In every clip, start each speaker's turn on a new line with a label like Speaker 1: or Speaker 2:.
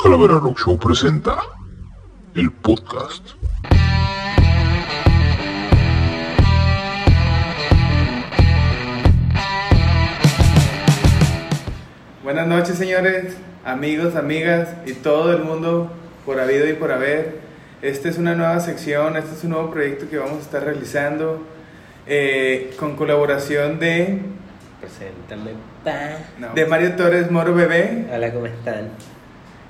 Speaker 1: Calavera Rock Show presenta el podcast.
Speaker 2: Buenas noches, señores, amigos, amigas y todo el mundo por habido y por haber. Esta es una nueva sección, este es un nuevo proyecto que vamos a estar realizando eh, con colaboración de,
Speaker 3: Preséntame, pa.
Speaker 2: de Mario Torres Moro Bebé,
Speaker 3: Hola, ¿cómo están?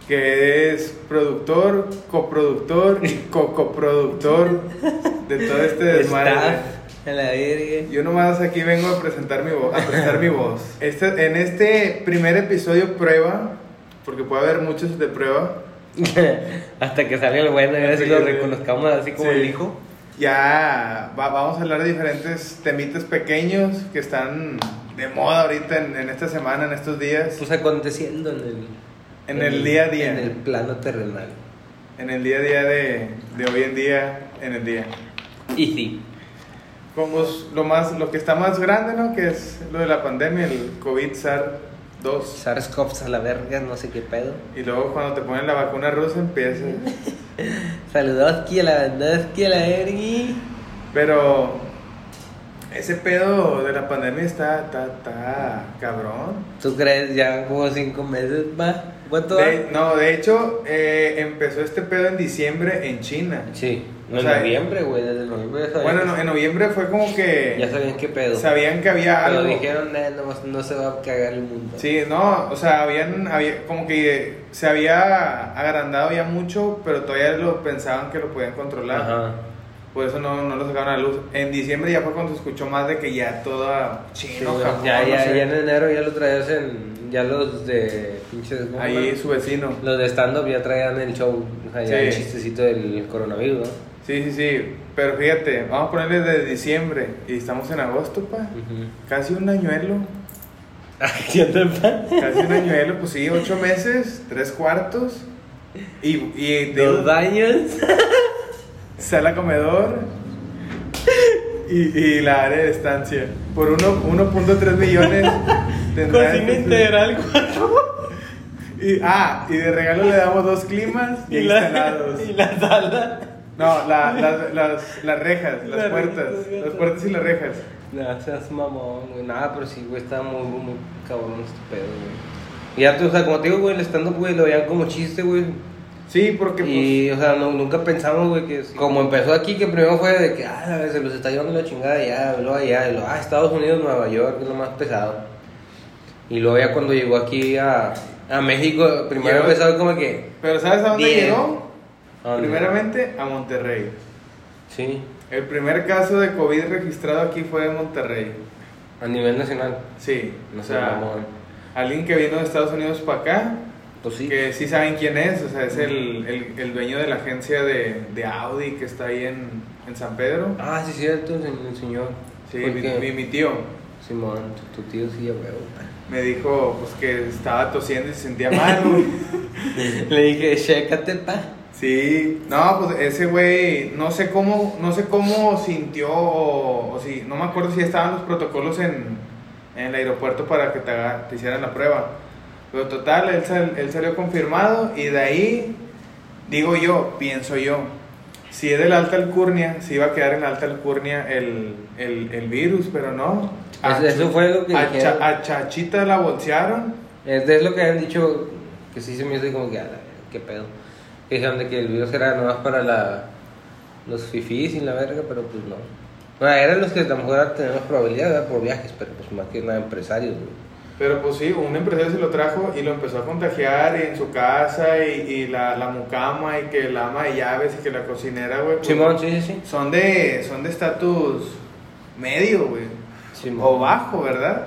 Speaker 2: que es productor, coproductor y co-coproductor de todo este desmadre.
Speaker 3: Staff, a la verga.
Speaker 2: Yo nomás aquí vengo a presentar mi voz, a prestar mi voz. Este, en este primer episodio prueba, porque puede haber muchos de prueba,
Speaker 3: Hasta que salga el bueno, y ahora sí lo
Speaker 2: Sí, sí.
Speaker 3: reconozcamos así como
Speaker 2: Sí.
Speaker 3: el hijo.
Speaker 2: Ya va- vamos a hablar de diferentes temitas pequeños que están de moda ahorita en, en esta semana, en estos días,
Speaker 3: Pues aconteciendo en el,
Speaker 2: en el día a día,
Speaker 3: En el plano terrenal.
Speaker 2: día a día de, de hoy en día, en el día.
Speaker 3: Y sí.
Speaker 2: Como es lo más, lo que está más grande, ¿no? Que es lo de la pandemia, el COVID SARS-2.
Speaker 3: SARS-CoV a la verga, no sé qué pedo.
Speaker 2: Y luego cuando te ponen la vacuna rusa empieza.
Speaker 3: Saludos aquí a la banda, aquí a la verga.
Speaker 2: Pero ese pedo de la pandemia está, está, está cabrón.
Speaker 3: ¿Tú crees ya como cinco meses va? ¿Cuánto va?
Speaker 2: De- no, de hecho, eh, empezó este pedo en diciembre en China.
Speaker 3: Sí, no
Speaker 2: O
Speaker 3: en
Speaker 2: sea,
Speaker 3: noviembre, güey, desde noviembre ya sabían.
Speaker 2: Bueno, no, en noviembre fue como
Speaker 3: ya
Speaker 2: que
Speaker 3: sabían qué pedo.
Speaker 2: sabían que había
Speaker 3: Pero
Speaker 2: algo.
Speaker 3: dijeron, "Eh, no, no se va a cagar el mundo.
Speaker 2: Sí, no, o sea, habían, había, como que se había agrandado ya mucho, pero todavía lo pensaban que lo podían controlar.
Speaker 3: Ajá.
Speaker 2: Por eso no, no lo sacaron a la luz. En diciembre ya fue cuando se escuchó más de que ya toda
Speaker 3: Sí,
Speaker 2: chino,
Speaker 3: güey,
Speaker 2: Japón,
Speaker 3: ya,
Speaker 2: no
Speaker 3: ya,
Speaker 2: sé,
Speaker 3: ya en enero ya lo traías en. Ya los de. Pinches. ¿cómo
Speaker 2: ahí
Speaker 3: se
Speaker 2: su vecino.
Speaker 3: llama? Los de stand-up ya traían el show. Allá
Speaker 2: Sí.
Speaker 3: el chistecito del coronavirus, ¿no?
Speaker 2: Sí, sí, sí. Pero fíjate, vamos a ponerle de diciembre y estamos en agosto, pa. Casi un añuelo.
Speaker 3: ¿Qué onda,
Speaker 2: Casi un añuelo, pues sí, ocho meses, tres cuartos. Y, y te
Speaker 3: Dos
Speaker 2: digo,
Speaker 3: baños.
Speaker 2: sala comedor y, y la área de estancia. Por uno- 1.3 millones tendrá
Speaker 3: Cocina
Speaker 2: este-
Speaker 3: integral,
Speaker 2: Y, ah, y de regalo le damos dos climas y instalados.
Speaker 3: y la sala.
Speaker 2: No, la- las, las, las rejas, las
Speaker 3: Las
Speaker 2: puertas.
Speaker 3: rejas,
Speaker 2: Las puertas y las rejas.
Speaker 3: No, seas mamón, güey. Nada, pero sí, güey, está muy, muy, muy cabrón este pedo, güey. Y ya, tú, o sea, como te digo, güey, el stand-up, güey, lo veían como chiste, güey.
Speaker 2: Sí, porque pues,
Speaker 3: Y, o sea, no- nunca pensamos, güey, que... Como empezó aquí, que primero fue de que, ah, la vez se los está llevando la chingada ya, luego allá, y luego, ah, Estados Unidos, Nueva York, es lo más pesado. Y luego ya cuando llegó aquí a, a México, primero
Speaker 2: Llegó-
Speaker 3: empezó como que...
Speaker 2: pues, Pero ¿sabes a dónde
Speaker 3: Bien.
Speaker 2: llegó?
Speaker 3: ¿a dónde?
Speaker 2: Primeramente a Monterrey.
Speaker 3: Sí,
Speaker 2: El primer caso de COVID registrado aquí fue en Monterrey.
Speaker 3: a nivel nacional.
Speaker 2: Sí,
Speaker 3: No
Speaker 2: o
Speaker 3: sé,
Speaker 2: sea,
Speaker 3: mamón.
Speaker 2: alguien que vino de Estados Unidos para acá,
Speaker 3: Pues sí.
Speaker 2: que sí saben quién es, o sea, es el, el- el dueño de la agencia de, de Audi que está ahí en, en San Pedro.
Speaker 3: Ah, sí, cierto, el, el señor.
Speaker 2: Sí,
Speaker 3: Fue
Speaker 2: mi,
Speaker 3: que-
Speaker 2: mi- mi tío
Speaker 3: Simón, tu, tu tío sí, ya, güey.
Speaker 2: me dijo pues, que estaba tosiendo y se sentía mal, güey.
Speaker 3: Le dije, chécate, pa.
Speaker 2: Sí, no, pues ese güey, no sé cómo, no sé cómo sintió, o, o si, no me acuerdo si estaban los protocolos en, en el aeropuerto para que te, haga- te hicieran la prueba. Pero total, él, sal- él salió confirmado y de ahí, digo yo, pienso yo, si es de la alta alcurnia, si iba a quedar en la alta alcurnia el, el, el virus, pero no. A
Speaker 3: Eso- eso fue lo que
Speaker 2: a,
Speaker 3: dijeron.
Speaker 2: Cha- a Chachita la bolsearon.
Speaker 3: Es, es lo que han dicho, que sí se me hace como que, "A la verga, qué pedo. Que dijeron de que el virus era nomás para la, los fifís y la verga, pero pues no. Bueno, eran los que a lo mejor tenemos probabilidad ¿verdad? por viajes, pero pues más que nada empresarios, güey.
Speaker 2: Pero pues sí, un empresario se lo trajo y lo empezó a contagiar en su casa y, y la, la mucama y que la ama de llaves y que la cocinera, güey. pues,
Speaker 3: Simón, sí, sí, sí.
Speaker 2: Son de son de estatus medio, güey.
Speaker 3: Simón.
Speaker 2: O bajo, ¿verdad?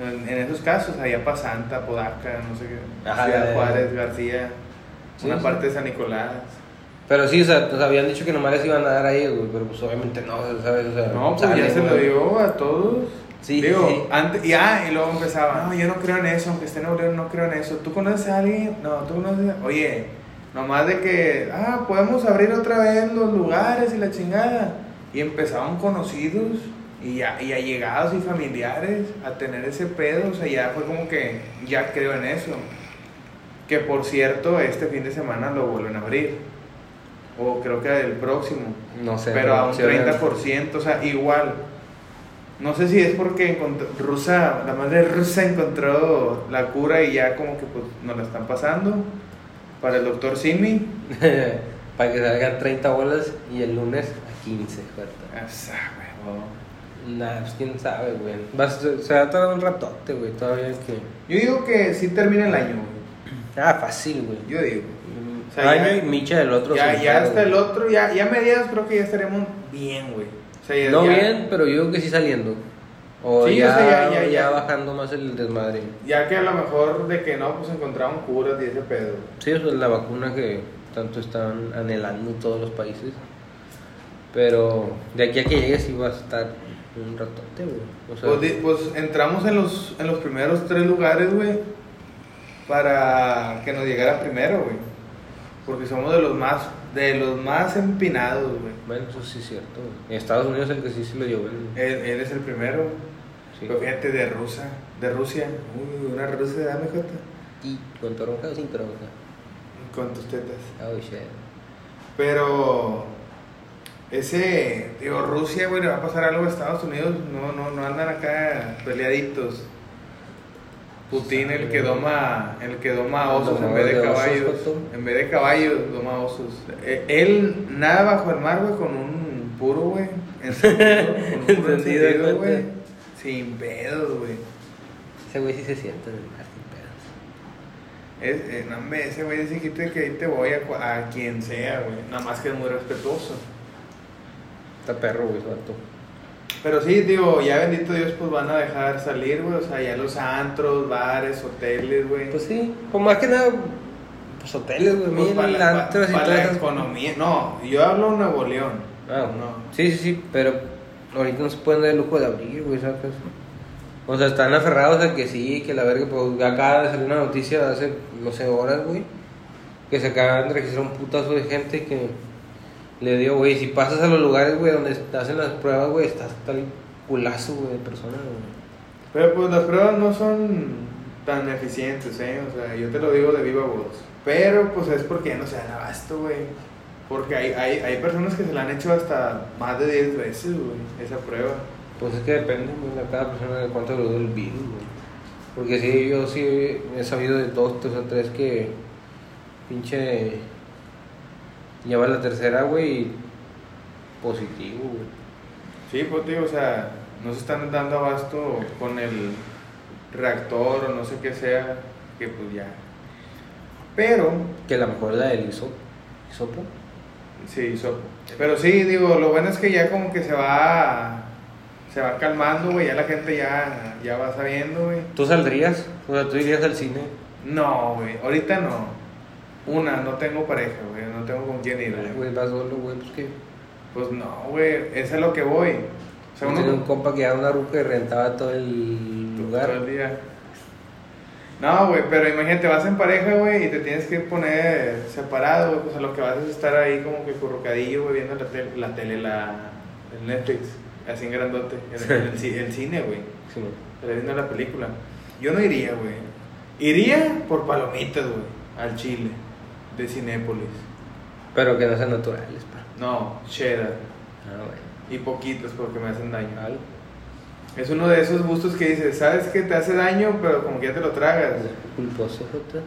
Speaker 2: En, en esos casos, allá para Santa, Podaca, no sé qué.
Speaker 3: Ajá,
Speaker 2: Ciudad
Speaker 3: ya, ya,
Speaker 2: Juárez, García,
Speaker 3: Sí,
Speaker 2: una
Speaker 3: sí.
Speaker 2: parte de San Nicolás.
Speaker 3: Pero sí, o sea, pues habían dicho que nomás les iban a dar a ellos, güey, pero pues obviamente no, ¿sabes? O sea,
Speaker 2: No, pues ya
Speaker 3: salen,
Speaker 2: se lo
Speaker 3: güey.
Speaker 2: dio a todos.
Speaker 3: Sí,
Speaker 2: Digo,
Speaker 3: sí.
Speaker 2: antes, y, ah, y luego empezaba, no, yo no creo en eso, aunque esté en Nuevo León, no creo en eso. ¿Tú conoces a alguien? No, tú conoces. Oye, nomás de que, ah, podemos abrir otra vez los lugares y la chingada. Y empezaban conocidos y, ya- y allegados y familiares a tener ese pedo. O sea, ya fue como que, ya creo en eso. Que por cierto, este fin de semana lo vuelven a abrir. O creo que el próximo.
Speaker 3: No sé.
Speaker 2: pero a un
Speaker 3: sí, obviamente.
Speaker 2: 30%, o sea, igual. No sé si es porque encontró, rusa, la madre rusa encontró la cura y ya como que pues nos la están pasando. Para el doctor Simi.
Speaker 3: Para que salgan 30 bolas y el lunes a 15, cuarta.
Speaker 2: Ah, sa- huevo.
Speaker 3: Nah, pues quién sabe, güey. Va a ser- se va a tardar un ratote, güey. Todavía es que.
Speaker 2: Yo digo que sí termina el año, güey.
Speaker 3: Ah, fácil, güey.
Speaker 2: yo digo.
Speaker 3: Mm,
Speaker 2: O sea,
Speaker 3: año
Speaker 2: ya-
Speaker 3: y micha del otro.
Speaker 2: Ya,
Speaker 3: sin
Speaker 2: ya
Speaker 3: pedo,
Speaker 2: hasta el
Speaker 3: güey.
Speaker 2: otro, ya, ya a mediados creo que ya estaremos bien, güey. O sea, ya-
Speaker 3: No
Speaker 2: ya-
Speaker 3: bien, pero yo creo que sí saliendo. O
Speaker 2: Sí, o
Speaker 3: ya,
Speaker 2: sea, ya- ya-
Speaker 3: ya
Speaker 2: ya.
Speaker 3: bajando más el desmadre.
Speaker 2: Ya que a lo mejor de que no, pues encontraron curas y ese pedo.
Speaker 3: Sí, eso es la vacuna que tanto están anhelando todos los países. Pero de aquí a que llegue sí va a estar un ratote, güey. O sea,
Speaker 2: Pues, di- pues, entramos en los, en los primeros tres lugares, güey, para que nos llegara primero, güey. Porque somos de los más, de los más empinados, güey.
Speaker 3: bueno, eso sí es cierto. güey. Estados Unidos es el que sí se lo llevó. el-
Speaker 2: Él, él es el primero.
Speaker 3: Sí.
Speaker 2: Pero Pues fíjate, de Rusia, de Rusia. Uy, una rusa, dame jota.
Speaker 3: Y con toronja o sin toronja.
Speaker 2: Con tus tetas.
Speaker 3: Oh, shit.
Speaker 2: Pero ese, digo, Rusia, güey, le va a pasar algo a Estados Unidos. No, no, no andan acá peleaditos. Putin, el que doma, el que doma osos en
Speaker 3: Domador
Speaker 2: vez de
Speaker 3: de osos,
Speaker 2: caballos.
Speaker 3: Joto.
Speaker 2: En vez de caballos, doma osos. Eh, Él nada bajo el mar, güey, con un puro, güey. Encendido, con un puro
Speaker 3: Encendido,
Speaker 2: encendido, güey.
Speaker 3: cuate.
Speaker 2: Sin pedos, güey.
Speaker 3: Ese güey sí se siente en el mar, sin pedos.
Speaker 2: Es, eh, no, hombre, ese güey dice que te, que ahí te voy a, cua- a quien sea, güey. Nada más que es muy respetuoso.
Speaker 3: Está perro, güey, ese vato.
Speaker 2: Pero sí, digo, ya bendito Dios, pues van a dejar salir, güey. O sea, ya los antros, bares, hoteles, güey.
Speaker 3: Pues sí, pues más que nada, pues hoteles, güey,
Speaker 2: Pues,
Speaker 3: mil
Speaker 2: para la- pa-
Speaker 3: antros y
Speaker 2: para
Speaker 3: todas
Speaker 2: la
Speaker 3: esas-
Speaker 2: economía. No, yo hablo Nuevo León.
Speaker 3: Ah,
Speaker 2: no.
Speaker 3: Sí, sí, sí, pero ahorita no se pueden dar el lujo de abrir, güey, sacas. O sea, están aferrados a que sí, que la verga, pues acaba de salir una noticia hace, no sé, horas, güey, que se acaban de registrar un putazo de gente que le dio, güey, si pasas a los lugares, güey, donde hacen las pruebas, güey, estás tal culazo, güey, de personas, güey.
Speaker 2: Pero pues las pruebas no son tan eficientes, ¿eh? O sea, yo te lo digo de viva voz. Pero pues es porque ya no se dan abasto, güey. Porque hay, hay, hay personas que se la han hecho hasta más de 10 veces, güey, esa prueba.
Speaker 3: Pues es que depende, güey, de cada persona de cuánto le dure el virus, güey. Porque sí, yo sí he sabido de dos, tres o tres que pinche lleva la tercera, güey, y positivo, güey.
Speaker 2: Sí, pues digo, o sea, no se están dando abasto con el reactor o no sé qué sea, que pues ya. Pero,
Speaker 3: Que a lo mejor la del hisopo. ¿Hisopo?
Speaker 2: sí, so- pero sí, digo, lo bueno es que ya como que se va, se va calmando, güey, ya la gente ya, ya va sabiendo, güey.
Speaker 3: ¿Tú saldrías? O sea, ¿tú irías al cine?
Speaker 2: No, güey, ahorita no. Una, no tengo pareja, güey, no tengo con quién ir. güey.
Speaker 3: Güey, vas solo, güey, pues que...
Speaker 2: Pues no, güey, eso es lo que voy. O sea,
Speaker 3: Yo
Speaker 2: uno
Speaker 3: tenía un compa que era una ruca y rentaba todo el
Speaker 2: Todo el
Speaker 3: lugar.
Speaker 2: día. No, güey, pero imagínate, vas en pareja, güey, y te tienes que poner separado, güey. Pues a lo que vas es estar ahí como que currucadillo, güey, viendo la, tele, la tele, la, el Netflix, así en grandote, el, el ci- el cine, güey,
Speaker 3: Sí, güey.
Speaker 2: pero viendo la película. Yo no iría, güey. Iría por palomitas, güey, al Chile, de Cinépolis.
Speaker 3: Pero que no sean naturales, pa.
Speaker 2: No, cheddar,
Speaker 3: Ah, bueno.
Speaker 2: y poquitos porque me hacen daño. Es uno de esos gustos que dices, sabes que te hace daño, pero como que ya te lo tragas.
Speaker 3: Culposo, jota.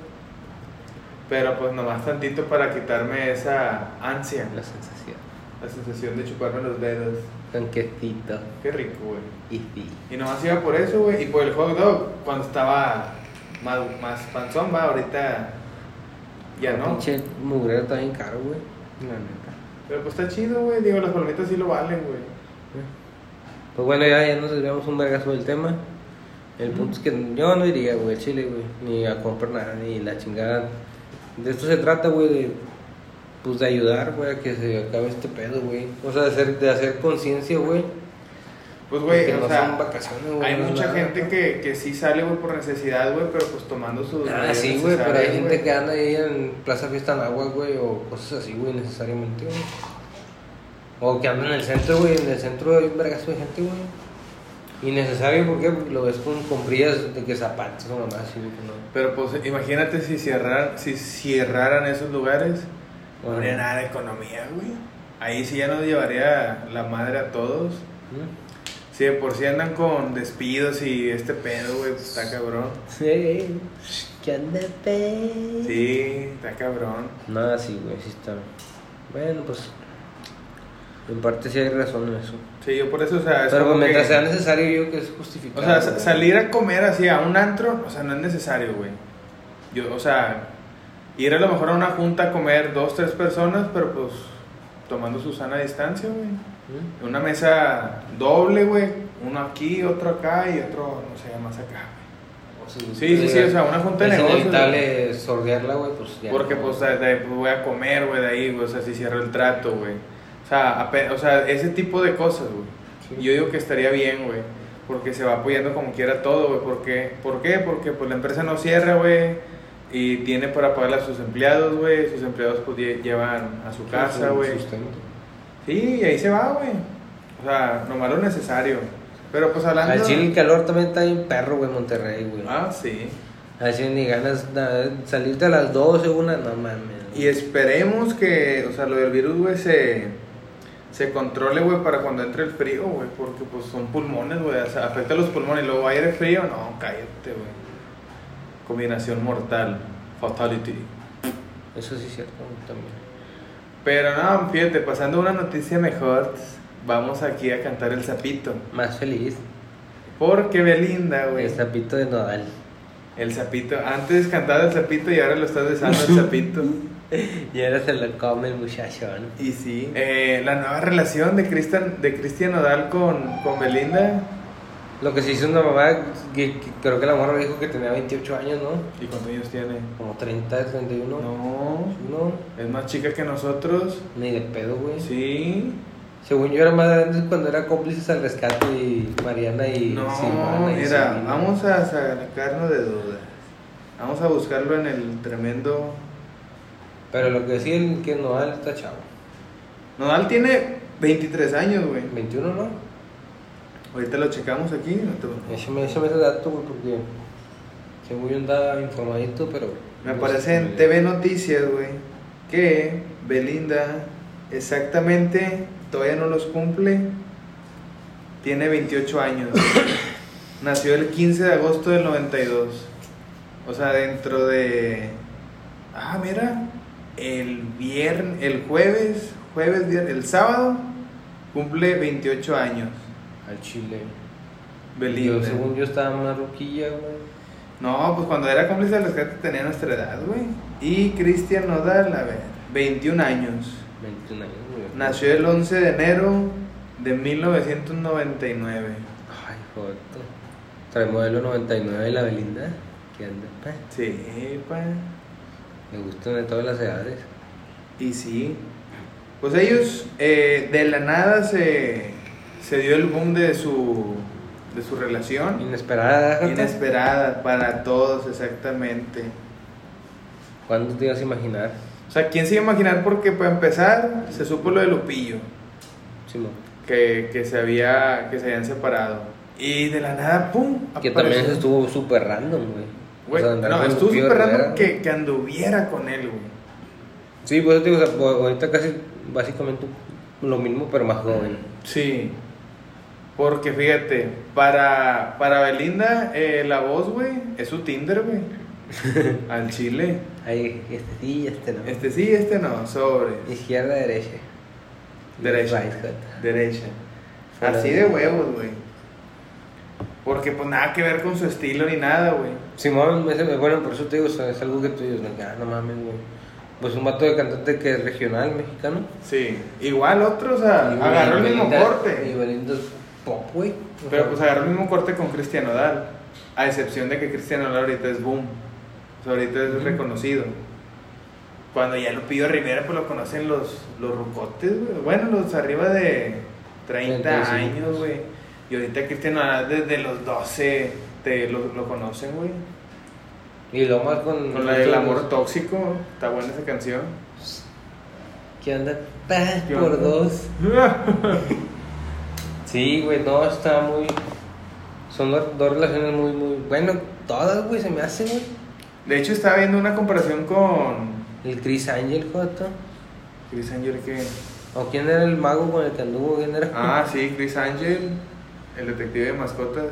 Speaker 2: Pero pues nomás tantito para quitarme esa ansia,
Speaker 3: La sensación.
Speaker 2: la sensación de chuparme los dedos.
Speaker 3: Tanquecito.
Speaker 2: Qué rico, güey.
Speaker 3: Y sí.
Speaker 2: Y nomás iba por eso, güey. Y por el hot dog, cuando estaba más, más panzón, va, ahorita ya no.
Speaker 3: Pinche mugrero está bien caro, güey. La neta.
Speaker 2: Pero pues está chido, güey. Digo, las palomitas sí lo valen, güey.
Speaker 3: Pues bueno, ya, ya nos desviamos un vergazo del tema. El punto es que yo no iría, güey, a Chile, güey. Ni a comprar nada, ni la chingada. De esto se trata, güey, de. Pues de ayudar, güey, a que se acabe este pedo, güey. O sea, de hacer, de hacer conciencia, güey.
Speaker 2: Pues, güey,
Speaker 3: que
Speaker 2: o
Speaker 3: no
Speaker 2: sea,
Speaker 3: son vacaciones, güey.
Speaker 2: hay
Speaker 3: no es
Speaker 2: mucha
Speaker 3: nada.
Speaker 2: gente que, que sí sale, güey, por necesidad, güey, pero pues tomando sus.
Speaker 3: Ah,
Speaker 2: medidas
Speaker 3: sí, güey, pero hay
Speaker 2: necesarias,
Speaker 3: gente
Speaker 2: güey.
Speaker 3: que anda ahí en Plaza Fiesta en Agua, güey, o cosas así, güey, necesariamente, güey. O que anda en el centro, güey, en el centro hay un vergazo de gente, güey. Innecesario, ¿por qué? Porque lo ves con, con brillas de que zapatos o más, así, que no.
Speaker 2: Pero pues imagínate si cerraran, si cierraran esos lugares, no habría
Speaker 3: Ajá.
Speaker 2: nada de economía, güey. Ahí sí ya nos llevaría la madre a todos.
Speaker 3: ¿Mm?
Speaker 2: Si de por sí andan con despidos y este pedo, güey, pues está cabrón.
Speaker 3: Sí, ¿qué onda, pe?
Speaker 2: Sí, está cabrón.
Speaker 3: Nada, sí, güey, sí está. Bueno, pues. En parte sí hay razón en eso.
Speaker 2: Sí, yo por eso, o sea, es
Speaker 3: Pero pues,
Speaker 2: como
Speaker 3: mientras
Speaker 2: que-
Speaker 3: sea necesario, yo creo que es
Speaker 2: O
Speaker 3: justificado.
Speaker 2: sea, sa-
Speaker 3: güey.
Speaker 2: salir a comer así a un antro, o sea, no es necesario, güey. Yo, o sea, ir a lo mejor a una junta a comer dos, tres personas, pero pues tomando su sana distancia, güey.
Speaker 3: ¿Mm?
Speaker 2: Una mesa doble, güey. Uno aquí, otro acá y otro, no sé, más acá. Sí, sí, sí, o sea, una junta de
Speaker 3: es
Speaker 2: negocios,
Speaker 3: inevitable sordearla, güey, pues ya.
Speaker 2: Porque
Speaker 3: no.
Speaker 2: pues, de- de- pues, voy a comer, güey, de ahí, güey, o sea, si cierro el trato, güey. O sea, ape- o sea, ese tipo de cosas, güey.
Speaker 3: Sí.
Speaker 2: Yo digo que estaría bien, güey. Porque se va apoyando como quiera todo, güey. ¿Por qué? ¿Por qué? Porque pues la empresa no cierra, güey. Y tiene para pagarle a sus empleados, güey. Sus empleados pues lle- llevan a su casa,
Speaker 3: Sí,
Speaker 2: güey.
Speaker 3: sustento.
Speaker 2: Sí, y ahí se va, güey. O sea, nomás lo necesario. Pero pues hablando...
Speaker 3: Al chile el calor también está bien perro, güey, en Monterrey, güey.
Speaker 2: Ah, sí.
Speaker 3: Al chile ni ganas de salirte a las 12, una, no mames.
Speaker 2: Y esperemos que, o sea, lo del virus, güey, se, se controle, güey, para cuando entre el frío, güey, porque pues son pulmones, güey, o sea, afecta los pulmones, luego aire frío, no, cállate, güey. Combinación mortal, fatality.
Speaker 3: Eso sí es cierto, güey, también.
Speaker 2: Pero no, fíjate, pasando a una noticia mejor, vamos aquí a cantar el sapito.
Speaker 3: Más feliz.
Speaker 2: Porque Belinda, güey.
Speaker 3: El sapito de Nodal.
Speaker 2: El sapito. Antes cantaba el sapito y ahora lo estás besando el sapito.
Speaker 3: Y ahora se lo come el muchachón.
Speaker 2: Y sí. Eh, la nueva relación de Cristian, de Cristian Nodal con, con Belinda.
Speaker 3: Lo que se hizo una mamá, que, que creo que la morra dijo que tenía 28 años, ¿no?
Speaker 2: ¿Y cuántos años tiene?
Speaker 3: Como 30, 31.
Speaker 2: No.
Speaker 3: No,
Speaker 2: Es más chica que nosotros.
Speaker 3: ni de pedo, güey.
Speaker 2: Sí.
Speaker 3: Según yo era más grande cuando era cómplices al rescate y Mariana y
Speaker 2: no,
Speaker 3: Silvana y
Speaker 2: mira,
Speaker 3: Silvina.
Speaker 2: vamos a sacarnos de dudas. Vamos a buscarlo en el tremendo.
Speaker 3: Pero lo que decía el que Nodal está chavo.
Speaker 2: Nodal tiene 23 años, güey.
Speaker 3: 21, ¿no?
Speaker 2: Ahorita lo checamos aquí. no te-
Speaker 3: Échame, échame ese dato, güey, porque según yo andaba informadito, pero...
Speaker 2: Me
Speaker 3: no
Speaker 2: aparece
Speaker 3: sé,
Speaker 2: en
Speaker 3: güey.
Speaker 2: TV Noticias, güey, que Belinda exactamente todavía no los cumple. Tiene 28 años. Nació el 15 de agosto del 92. O sea, dentro de. Ah, mira. El viernes, el jueves, jueves, vier- el sábado, cumple 28 años.
Speaker 3: Al Chile. Yo,
Speaker 2: Belinda.
Speaker 3: según yo estaba más roquilla, güey.
Speaker 2: No, pues cuando era cómplice del rescate tenía nuestra edad, güey. Y Cristian Nodal, a ver, 21 años.
Speaker 3: 21 años, güey.
Speaker 2: Nació el 11 de enero de 1999.
Speaker 3: Ay, joder. Trae modelo 99 y la Belinda. ¿Qué anda? pa?
Speaker 2: Sí, pues. pa.
Speaker 3: Me gustan de todas las edades.
Speaker 2: Y sí. Pues ellos eh, de la nada se, se dio el boom de su, de su relación.
Speaker 3: Inesperada, Jota.
Speaker 2: Inesperada para todos, exactamente.
Speaker 3: ¿Cuándo te ibas a imaginar,
Speaker 2: O sea, ¿quién se iba a imaginar? Porque para empezar se supo lo de Lupillo.
Speaker 3: Simón?
Speaker 2: que, que se había que se habían separado y de la nada pum
Speaker 3: Que
Speaker 2: apareció.
Speaker 3: también eso estuvo súper random, güey.
Speaker 2: Güey,
Speaker 3: O sea, andar
Speaker 2: no
Speaker 3: con
Speaker 2: estuvo
Speaker 3: Lupillo
Speaker 2: súper random
Speaker 3: Rivera.
Speaker 2: que, que anduviera con él güey
Speaker 3: Sí, pues yo te digo, o sea, pues, ahorita casi básicamente lo mismo, pero más joven.
Speaker 2: sí porque fíjate para para Belinda eh, la voz güey es su Tinder güey al Chile
Speaker 3: Ahí, este sí, este no.
Speaker 2: este sí este no sobre
Speaker 3: Izquierda, derecha.
Speaker 2: Derecha.
Speaker 3: Right, Jota.
Speaker 2: derecha
Speaker 3: Fuera
Speaker 2: así de huevos güey porque pues nada que ver con su estilo ni nada güey
Speaker 3: Simón, ese- bueno, por eso te digo, o sea, es algo que tú dices, no, ah, no mames, güey. Pues un vato de cantante que es regional mexicano.
Speaker 2: sí igual otro o sea
Speaker 3: Y
Speaker 2: agarró el
Speaker 3: Belinda-
Speaker 2: mismo corte
Speaker 3: Y Belinda es pop, güey. O
Speaker 2: Pero
Speaker 3: sea,
Speaker 2: pues agarró el mismo corte con Cristian Nodal. A excepción de que Cristian Nodal ahorita es boom. O sea, ahorita es
Speaker 3: Ujú.
Speaker 2: reconocido. Cuando ya Lupillo Rivera, pues lo conocen los, los rucotes, güey. Bueno, los arriba de 30
Speaker 3: 35.
Speaker 2: años, güey. Y ahorita Cristian Nodal desde los 12 te, lo, lo conocen, güey.
Speaker 3: Y lo más con.
Speaker 2: Con la del amor tóxico. Está buena esa canción.
Speaker 3: ¿Qué onda? Pa,
Speaker 2: ¿Qué
Speaker 3: por
Speaker 2: onda?
Speaker 3: dos. Sí, güey, no, está muy. Son dos, dos relaciones muy, muy. Bueno, todas, güey, se me hace, güey.
Speaker 2: De hecho, estaba viendo una comparación con.
Speaker 3: El Chris Angel, Joto.
Speaker 2: Chris Angel, que.
Speaker 3: ¿O quién era el mago con el que anduvo? ¿Quién era?
Speaker 2: Ah, sí, Chris Angel, el detective de mascotas.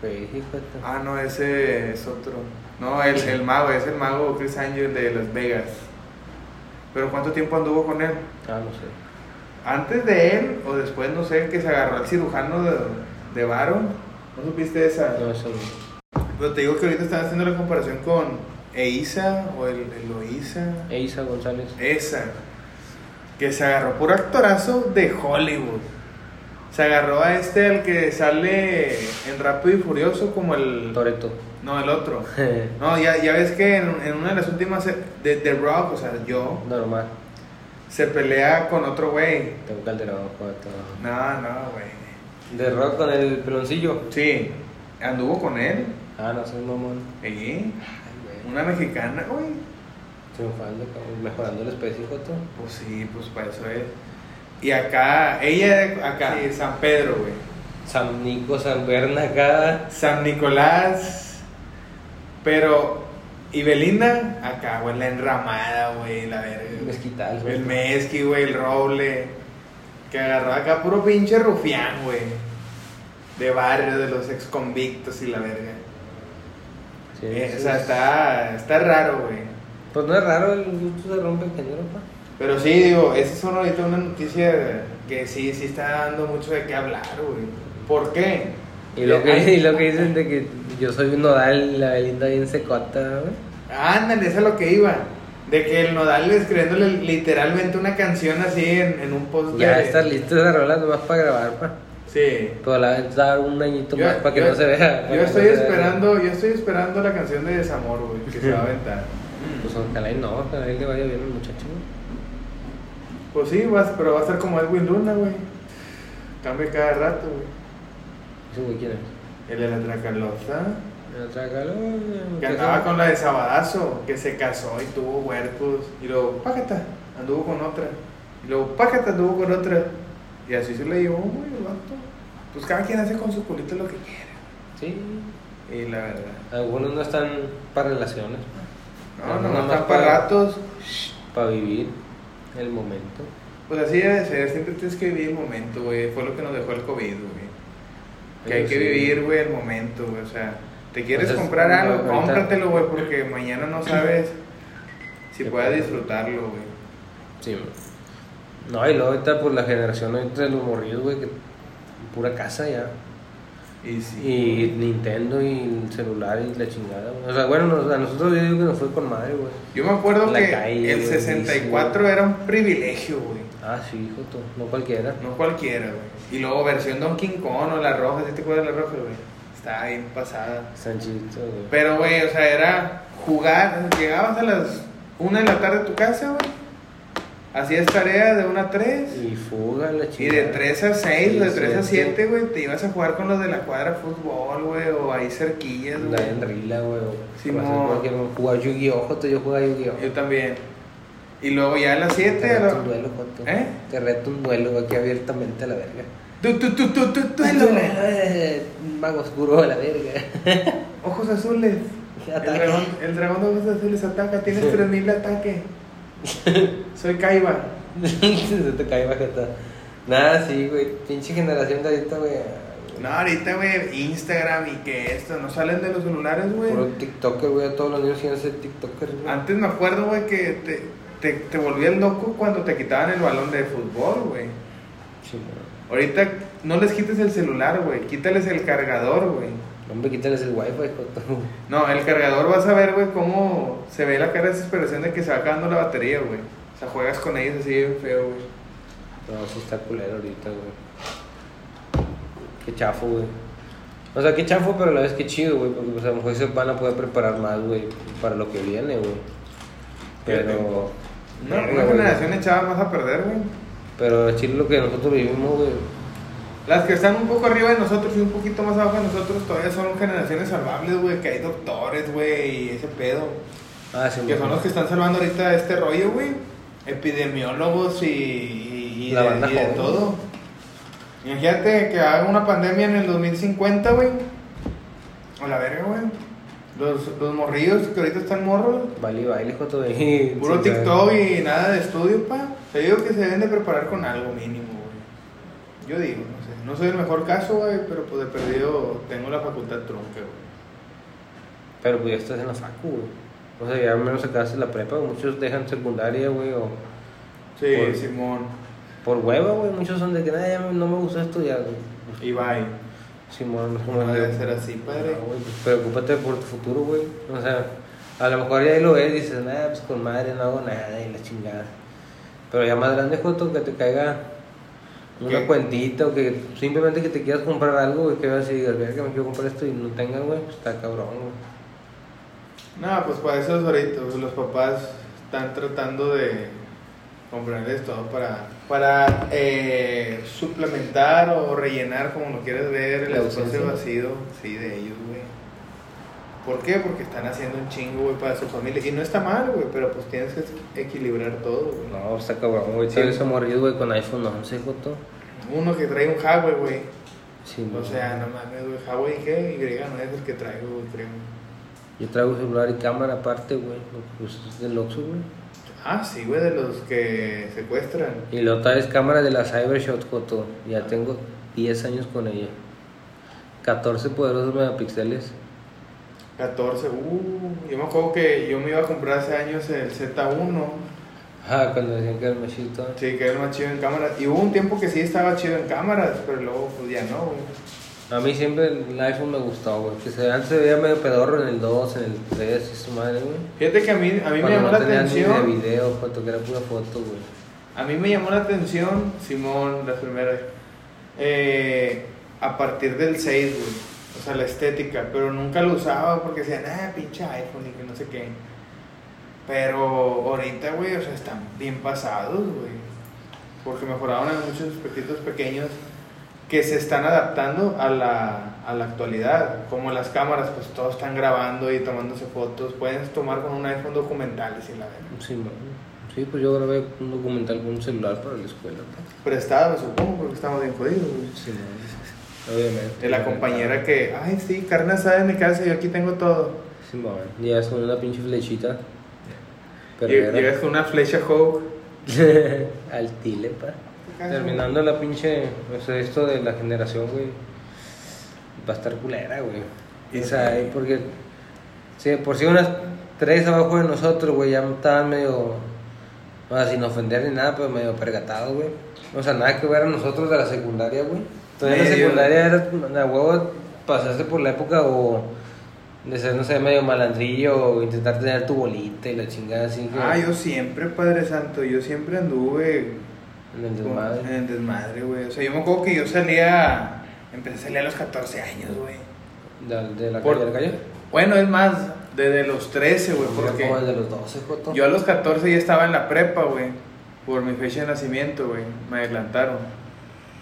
Speaker 3: Güey, sí, Joto.
Speaker 2: Ah, no, ese es otro. No, el, el mago, es el mago Chris Angel de Las Vegas. Pero ¿cuánto tiempo anduvo con él?
Speaker 3: Ah, no sé.
Speaker 2: Antes de él o después, no sé, que se agarró al cirujano de, de Varo. ¿No supiste esa?
Speaker 3: No, eso no.
Speaker 2: Pero te digo que ahorita están haciendo la comparación con Eisa o el Eloisa.
Speaker 3: Eisa González.
Speaker 2: Esa. Que se agarró por actorazo de Hollywood. Se agarró a este, al que sale en Rápido y Furioso, como el.
Speaker 3: Toreto.
Speaker 2: No, el otro. No, ya, ya ves que en, en una de las últimas se- de The Rock, o sea, yo,
Speaker 3: Normal.
Speaker 2: se pelea con otro güey.
Speaker 3: Tengo calderón, Joto.
Speaker 2: No, no, güey.
Speaker 3: De rock con el peloncillo.
Speaker 2: Sí, anduvo con él.
Speaker 3: Ah, no soy mamón.
Speaker 2: Ey,
Speaker 3: Ay, güey.
Speaker 2: Una mexicana, güey.
Speaker 3: Triunfando, cabrón, mejorando la especie, Joto.
Speaker 2: Pues sí, pues para eso es. Y acá, ella acá, sí, San Pedro, güey.
Speaker 3: San Nico, San Bernacada.
Speaker 2: San Nicolás. Pero, y Belinda, acá, güey, la enramada, güey, la
Speaker 3: El
Speaker 2: verga.
Speaker 3: mezquital, güey.
Speaker 2: El mezqui, güey, el roble. Que agarró acá puro pinche rufián, güey. De barrio, de los ex convictos y la verga.
Speaker 3: Sí,
Speaker 2: Eh,
Speaker 3: sí,
Speaker 2: o sea,
Speaker 3: sí.
Speaker 2: está, está raro, güey.
Speaker 3: Pues no es raro, el gusto se rompe en género, pa.
Speaker 2: Pero sí, digo, esa es una, ahorita una noticia que sí, sí está dando mucho de qué hablar, güey. ¿Por qué?
Speaker 3: Y lo, que,
Speaker 2: Ay,
Speaker 3: y lo que dicen de que yo soy un nodal, la Belinda bien secota, güey.
Speaker 2: Ándale, eso es lo que iba. De que el Nodal escribiéndole literalmente una canción así en, en un post
Speaker 3: Ya
Speaker 2: de-
Speaker 3: está listo esa rola nomás para grabar, pa.
Speaker 2: Sí.
Speaker 3: Pero la vez dar un añito
Speaker 2: Yo-
Speaker 3: más para que
Speaker 2: yo-
Speaker 3: no se vea. para
Speaker 2: Yo
Speaker 3: que
Speaker 2: estoy
Speaker 3: no se vea.
Speaker 2: esperando, yo estoy esperando la canción de Desamor, güey, que se va a aventar.
Speaker 3: Pues ojalá y no, ojalá y le vaya bien al muchacho, güey.
Speaker 2: Pues sí, va a- pero va a estar como Edwin Luna, güey. Cambia cada rato, güey.
Speaker 3: Ese güey quién es.
Speaker 2: El de la Tracalosa.
Speaker 3: Me lo traga, lo-
Speaker 2: Que
Speaker 3: que
Speaker 2: andaba
Speaker 3: sea.
Speaker 2: con la de Sabadazo, que se casó y tuvo huertos. Y luego, pájata, anduvo con otra. Y luego, pájata, anduvo con otra. Y así se le llevó, güey, el vato. Pues cada quien hace con su culito lo que quiere.
Speaker 3: Sí.
Speaker 2: Y la verdad.
Speaker 3: Algunos no están para relaciones,
Speaker 2: No,
Speaker 3: Ah,
Speaker 2: no,
Speaker 3: nada
Speaker 2: no,
Speaker 3: más
Speaker 2: está para
Speaker 3: para-
Speaker 2: ratos.
Speaker 3: para vivir el momento.
Speaker 2: Pues así debe ser, siempre tienes que vivir el momento, güey. Fue lo que nos dejó el COVID, güey. Que hay
Speaker 3: Eso
Speaker 2: que
Speaker 3: sí.
Speaker 2: vivir, güey, el momento, güey. O sea, te quieres
Speaker 3: Entonces,
Speaker 2: comprar algo,
Speaker 3: ahorita-
Speaker 2: cómpratelo, güey, porque mañana no sabes si
Speaker 3: Qué
Speaker 2: puedas
Speaker 3: pedo.
Speaker 2: disfrutarlo, güey.
Speaker 3: Sí, güey. No, y luego ahorita por la generación ahorita de los morridos, güey, que pura casa ya.
Speaker 2: Y sí.
Speaker 3: Y Nintendo y el celular y la chingada, güey. O sea, bueno, nos- a nosotros yo digo que nos fue con madre, güey.
Speaker 2: Yo me acuerdo
Speaker 3: La
Speaker 2: que
Speaker 3: calle,
Speaker 2: el
Speaker 3: güey,
Speaker 2: 64
Speaker 3: bici,
Speaker 2: era un privilegio, güey.
Speaker 3: Ah, sí, hijo, tú, no cualquiera.
Speaker 2: No cualquiera, güey. Y luego versión Donkey Kong o la roja, si te acuerdas de la roja, güey? Estaba bien pasada.
Speaker 3: Están chiditos, güey.
Speaker 2: Pero, güey, o sea, era jugar. Llegabas a las 1 de la tarde a tu casa, güey. Hacías tareas de 1 a 3.
Speaker 3: Y fuga la
Speaker 2: Y
Speaker 3: chingada.
Speaker 2: de 3 a 6 o de 3 a
Speaker 3: siete.
Speaker 2: 7, güey, te ibas a jugar con los de la cuadra fútbol, güey, o ahí cerquillas,
Speaker 3: La en
Speaker 2: güey.
Speaker 3: rila, güey. o-
Speaker 2: Sí,
Speaker 3: o hacer
Speaker 2: mo.
Speaker 3: cualquier- Jugar Yu-Gi-Oh, joto, yo jugaba Yu-Gi-Oh.
Speaker 2: Yo también. Y luego ya a las
Speaker 3: Te
Speaker 2: 7, a
Speaker 3: reto un
Speaker 2: las...
Speaker 3: duelo, joto.
Speaker 2: ¿Eh?
Speaker 3: Te reto un duelo aquí abiertamente a la verga.
Speaker 2: ¡Tú, tú, tú, tú, tú, tú!
Speaker 3: Eh, Mago oscuro a la verga.
Speaker 2: Ojos azules. El
Speaker 3: Ataque.
Speaker 2: dragón, el dragón de ojos azules ataca. Tienes 3000 de ataque. Soy Kaiba.
Speaker 3: Se te cae bajeta. Nada, sí, güey. Pinche generación de ahorita, güey.
Speaker 2: No, ahorita, güey, Instagram y que esto. No salen de los celulares, güey.
Speaker 3: Puro TikToker, güey. Todos los niños quieren ser TikTokers, güey.
Speaker 2: Antes me acuerdo, güey, que te, te, te volvías loco cuando te quitaban el balón de fútbol, güey.
Speaker 3: Sí, güey.
Speaker 2: Ahorita no les quites el celular, güey. Quítales el cargador, güey.
Speaker 3: Hombre, quítales el wifi, joto.
Speaker 2: No, el cargador vas a ver, güey, cómo se ve la cara de desesperación de que se va acabando la batería, güey. O sea, juegas con ellos así bien feo, güey.
Speaker 3: No, sí está culero ahorita, güey. Qué chafo, güey. O sea, qué chafo, pero a la vez que chido, güey. Porque pues, a lo mejor se van a poder preparar más, güey. Para lo que viene, güey. Pero...
Speaker 2: No,
Speaker 3: Verga,
Speaker 2: una
Speaker 3: güey.
Speaker 2: generación echada más a perder, güey.
Speaker 3: Pero chile lo que nosotros vivimos, güey.
Speaker 2: Las que están un poco arriba de nosotros y un poquito más abajo de nosotros todavía son generaciones salvables, güey, que hay doctores, güey, y ese pedo.
Speaker 3: Ah, sí,
Speaker 2: Que
Speaker 3: güey.
Speaker 2: son los que están salvando ahorita este rollo, güey. Epidemiólogos y, y, y
Speaker 3: La
Speaker 2: de,
Speaker 3: banda
Speaker 2: y de
Speaker 3: joven.
Speaker 2: todo. Imagínate que haga una pandemia en el 2050, güey. A la verga, güey. Los, los morrillos que ahorita están morros,
Speaker 3: Vale y baile, joto. y-
Speaker 2: puro
Speaker 3: sin saber.
Speaker 2: TikTok y nada de estudio, pa. Te digo que se deben de preparar con algo mínimo, güey. Yo digo, no sé. No soy el mejor caso, güey, pero pues de perdido tengo la facultad trunca, güey.
Speaker 3: Pero pues ya estás en la facu, güey. O sea, ya al menos acabaste la prepa. Muchos dejan secundaria, güey, o
Speaker 2: Sí,
Speaker 3: Por-
Speaker 2: Simón.
Speaker 3: por hueva, güey. Muchos son de que nada, ya no me gusta estudiar, güey.
Speaker 2: Ibai.
Speaker 3: Simón, no es como
Speaker 2: No debe
Speaker 3: yo.
Speaker 2: ser así, padre.
Speaker 3: No, güey, pues preocúpate por tu futuro, güey. O sea, a lo mejor ya ahí lo ves y dices, nada, pues con madre no hago nada y la chingada. Pero ya más grande, Joto, que te caiga una
Speaker 2: ¿Qué?
Speaker 3: cuentita o que simplemente que te quieras comprar algo, güey, que veas y digas, verga, me quiero comprar esto y no tengas, güey, pues está cabrón, güey.
Speaker 2: No, pues para eso es ahorita, pues, los papás están tratando de comprarles todo para, para eh, suplementar o rellenar, como lo quieres ver, el
Speaker 3: La ausencia.
Speaker 2: espacio vacío sí, de ellos, güey. ¿Por qué? Porque están haciendo un chingo, güey, para su familia. Y no está mal, güey, pero pues tienes que equilibrar todo, güey.
Speaker 3: No, pues, está cabrón, güey. Sí. Ese morrido, güey, con iPhone 11, Joto.
Speaker 2: Uno que trae un Huawei, güey.
Speaker 3: Sí,
Speaker 2: O
Speaker 3: güey.
Speaker 2: sea, no mames, güey, Huawei G, Y no es el que traigo, güey, creo.
Speaker 3: Yo traigo celular y cámara aparte, güey. Pues es del Oxxo, güey.
Speaker 2: Ah, sí, güey, de los que secuestran.
Speaker 3: Y la otra es cámara de la Cybershot Joto. Ya tengo 10 años con ella. 14 poderosos megapíxeles.
Speaker 2: 14, uh, yo me acuerdo que yo me iba a comprar hace años el Z1,
Speaker 3: Ah, cuando decían que era el machito.
Speaker 2: sí, que era el más chido en cámaras, y hubo un tiempo que sí estaba chido en cámaras, pero luego pues ya no, güey.
Speaker 3: A mí siempre el iPhone me gustó, güey. Que se, antes se veía medio pedorro en el 2, en el 3, y su madre, güey.
Speaker 2: Fíjate que a mí, a mí me
Speaker 3: Cuando
Speaker 2: llamó
Speaker 3: no
Speaker 2: la
Speaker 3: tenía ni de
Speaker 2: atención,
Speaker 3: video, Joto, que era pura foto, güey.
Speaker 2: a mí me llamó la atención, Simón, las primeras, eh, a partir del 6, güey, o sea, la estética, pero nunca lo usaba porque decían, ah, pinche iPhone y que no sé qué, pero ahorita, güey, o sea, están bien pasados, güey. porque mejoraron en muchos aspectos pequeños que se están adaptando a la, a la actualidad. Como las cámaras, pues todos están grabando y tomándose fotos. Pueden tomar con un iPhone documentales y la verdad.
Speaker 3: Sí, man. Sí, pues yo grabé un documental con un celular para la escuela. güey.
Speaker 2: Prestado, supongo, porque estamos bien jodidos. güey.
Speaker 3: Sí, man. Obviamente.
Speaker 2: De la compañera que, ay, sí, carne asada en mi casa, yo aquí tengo todo.
Speaker 3: Sí, man. Ya es con una pinche flechita.
Speaker 2: Lle-
Speaker 3: Perrera.
Speaker 2: Llegas con una flecha Hawk.
Speaker 3: Al Tile, pa. Terminando la pinche. O sea, esto de la generación, güey. Va a estar culera, güey.
Speaker 2: Y-
Speaker 3: O sea, ahí porque. Sí, por si unas tres abajo de nosotros, güey, ya estaban medio. O sea, sin ofender ni nada, pero medio pergatados, güey. O sea, nada que ver a nosotros de la secundaria, güey. Todavía la
Speaker 2: Medio.
Speaker 3: secundaria era. La huevo pasaste por la época o. De ser, no sé, medio malandrillo, o intentar tener tu bolita y la chingada así. que-
Speaker 2: Ah, yo siempre, Padre Santo, yo siempre anduve
Speaker 3: En el
Speaker 2: En
Speaker 3: desmadre.
Speaker 2: el desmadre, güey. O sea, yo me acuerdo que yo salía. Empecé a salir a los 14 años, güey.
Speaker 3: De, de la
Speaker 2: Por-
Speaker 3: calle, de la calle.
Speaker 2: Bueno, es más, desde los 13, güey,
Speaker 3: Mira como el
Speaker 2: porque
Speaker 3: de los 12, Joto.
Speaker 2: yo a los 14 ya estaba en la prepa, güey. Por mi fecha de nacimiento, güey. Me adelantaron.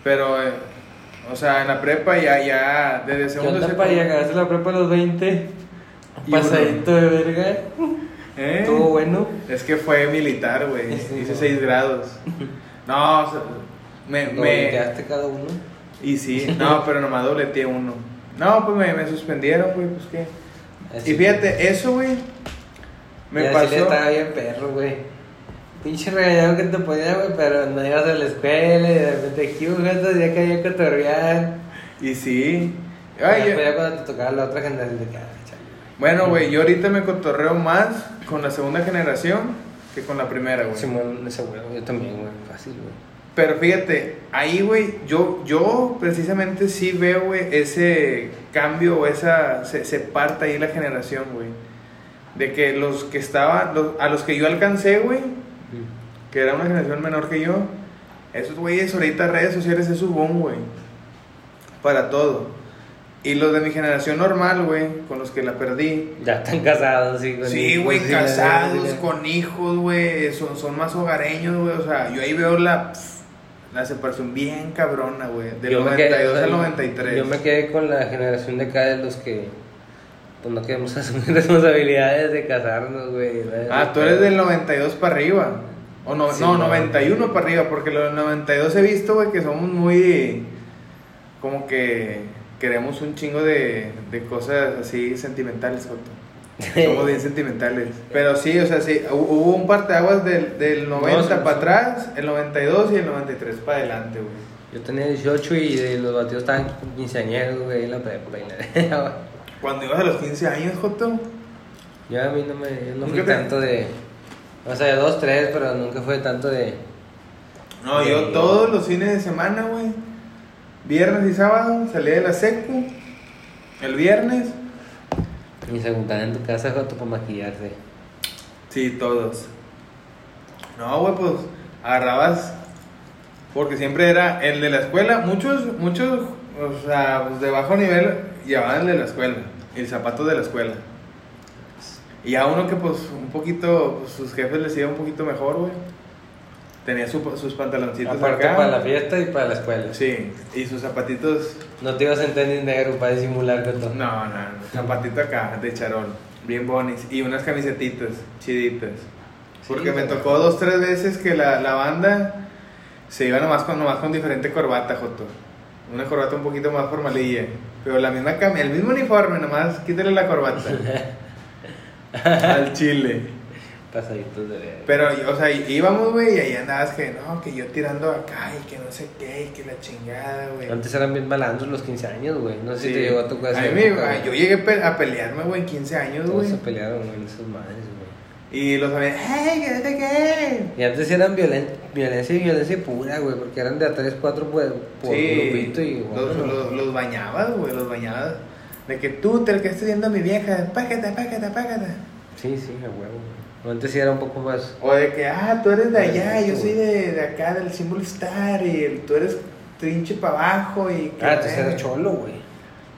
Speaker 2: Pero, eh, o sea, en la prepa ya, ya, desde
Speaker 3: ¿Qué
Speaker 2: segundo
Speaker 3: onda para
Speaker 2: secu-
Speaker 3: llegar a la prepa a los 20?
Speaker 2: Y
Speaker 3: Pasadito de verga.
Speaker 2: ¿Eh?
Speaker 3: Estuvo bueno.
Speaker 2: Es que fue militar, güey.
Speaker 3: Sí,
Speaker 2: Hice
Speaker 3: no.
Speaker 2: 6 grados. No, o sea, me,
Speaker 3: Lo
Speaker 2: me,
Speaker 3: volteaste cada uno.
Speaker 2: Y sí, no, pero nomás dobleteé uno. No, pues me, me suspendieron, güey, pues qué.
Speaker 3: Así
Speaker 2: y fíjate, eso, güey,
Speaker 3: que-
Speaker 2: me
Speaker 3: y así
Speaker 2: pasó.
Speaker 3: le estaba bien perro, güey. Pinche regañado que te ponía, güey, pero no ibas a la escuela y de repente aquí, güey, otro día que había cotorrear.
Speaker 2: Y sí. Ay,
Speaker 3: Ay,
Speaker 2: yo-
Speaker 3: después ya cuando te tocaba la otra generación de "Ah, cara,
Speaker 2: Bueno, güey, yo ahorita me cotorreo más con la segunda generación que con la primera, güey.
Speaker 3: Simón, ese huevo, yo también, güey, fácil, güey.
Speaker 2: Pero fíjate, ahí, güey, yo, yo precisamente sí veo, güey, ese cambio o esa. Se, se parte ahí la generación, güey. De que los que estaban. los- a los que yo alcancé, güey,
Speaker 3: Mm.
Speaker 2: que era una generación menor que yo. Esos güeyes, ahorita redes sociales es su boom, güey. Para todo. Y los de mi generación normal, güey, con los que la perdí.
Speaker 3: Ya están casados, sí,
Speaker 2: Sí, güey,
Speaker 3: sí, la-
Speaker 2: casados,
Speaker 3: sí, la-
Speaker 2: con hijos, güey, son, son más hogareños, güey, o sea, yo ahí veo la, la separación bien cabrona, güey, del
Speaker 3: Yo me
Speaker 2: 92
Speaker 3: quedé-
Speaker 2: al
Speaker 3: yo-
Speaker 2: 93.
Speaker 3: Yo me quedé con la generación de acá de los que pues no queremos asumir responsabilidades de casarnos, güey. ¿no?
Speaker 2: Ah, tú eres del 92 para arriba, o no,
Speaker 3: Sí,
Speaker 2: no,
Speaker 3: no.
Speaker 2: 91 para arriba, porque los 92 he visto, güey, que somos muy, como que, queremos un chingo de, de cosas así sentimentales, Joto. Somos bien sentimentales. Pero sí, o sea, sí, hu- hubo un parteaguas del, del 90
Speaker 3: sí,
Speaker 2: para
Speaker 3: sí.
Speaker 2: atrás, el 92 y el 93 para adelante, güey.
Speaker 3: Yo tenía 18 y de los batidos estaban quinceañeros, güey, en la prepa y la
Speaker 2: Cuando ibas a los 15 años, Joto.
Speaker 3: Yo a mí no me. yo no fui
Speaker 2: Nunca te-
Speaker 3: tanto de. O sea, dos, tres, pero nunca fue tanto de.
Speaker 2: No,
Speaker 3: Sí.
Speaker 2: yo todos los fines de semana, güey. Viernes y sábado salía de la secu. El viernes.
Speaker 3: Ni se juntaban en tu casa, Joto, para maquillarse.
Speaker 2: Sí, todos. No, güey, pues agarrabas. Porque siempre era el de la escuela. Muchos, muchos, o sea, pues, de bajo nivel llevaban el de la escuela. El zapato de la escuela. Y a uno que, pues, un poquito, pues, sus jefes les iba un poquito mejor, güey. Tenía su- sus pantaloncitos
Speaker 3: Aparte
Speaker 2: acá.
Speaker 3: para la fiesta y para la escuela.
Speaker 2: Sí, y sus zapatitos
Speaker 3: No te ibas en tenis negro para disimular, Joto.
Speaker 2: No, no, no. Zapatito acá, de charol. Bien bonis. Y unas camisetitas chiditas. Porque
Speaker 3: Sí,
Speaker 2: me
Speaker 3: güey.
Speaker 2: tocó dos, tres veces que la, la banda se iba nomás con, nomás con diferente corbata, Joto. Una corbata un poquito más formalilla. Pero la misma cam- el mismo uniforme, nomás quítale la corbata. Al chile.
Speaker 3: Pasaditos de verga.
Speaker 2: Pero, o sea, íbamos, güey, y ahí andabas que no, que yo tirando acá y que no sé qué, y que la chingada, güey.
Speaker 3: Antes eran bien malandros los 15 años, güey. No sé si
Speaker 2: Sí.
Speaker 3: te llegó a tocar
Speaker 2: A
Speaker 3: esa
Speaker 2: mí me-
Speaker 3: época,
Speaker 2: yo llegué pe- a pelearme, güey, en 15 años,
Speaker 3: Todos
Speaker 2: güey.
Speaker 3: se pelearon, güey, esas madres, güey.
Speaker 2: Y los había, ¡hey, que no sé qué!
Speaker 3: Y antes eran violen- violencia y violencia pura, güey, porque eran de a 3, 4 por, por grupito y
Speaker 2: los,
Speaker 3: bueno,
Speaker 2: los, los bañabas, güey, los bañabas. De que tú te que estás viendo a mi vieja, págata, págata, págata.
Speaker 3: Sí, sí, a huevo, güey. Antes sí era un poco más.
Speaker 2: O de que, ah, tú eres de allá, yo
Speaker 3: Exacto,
Speaker 2: soy de, de acá, del símbolo Star, y el- tú eres trinche para abajo. y que-
Speaker 3: Ah, entonces era cholo, güey.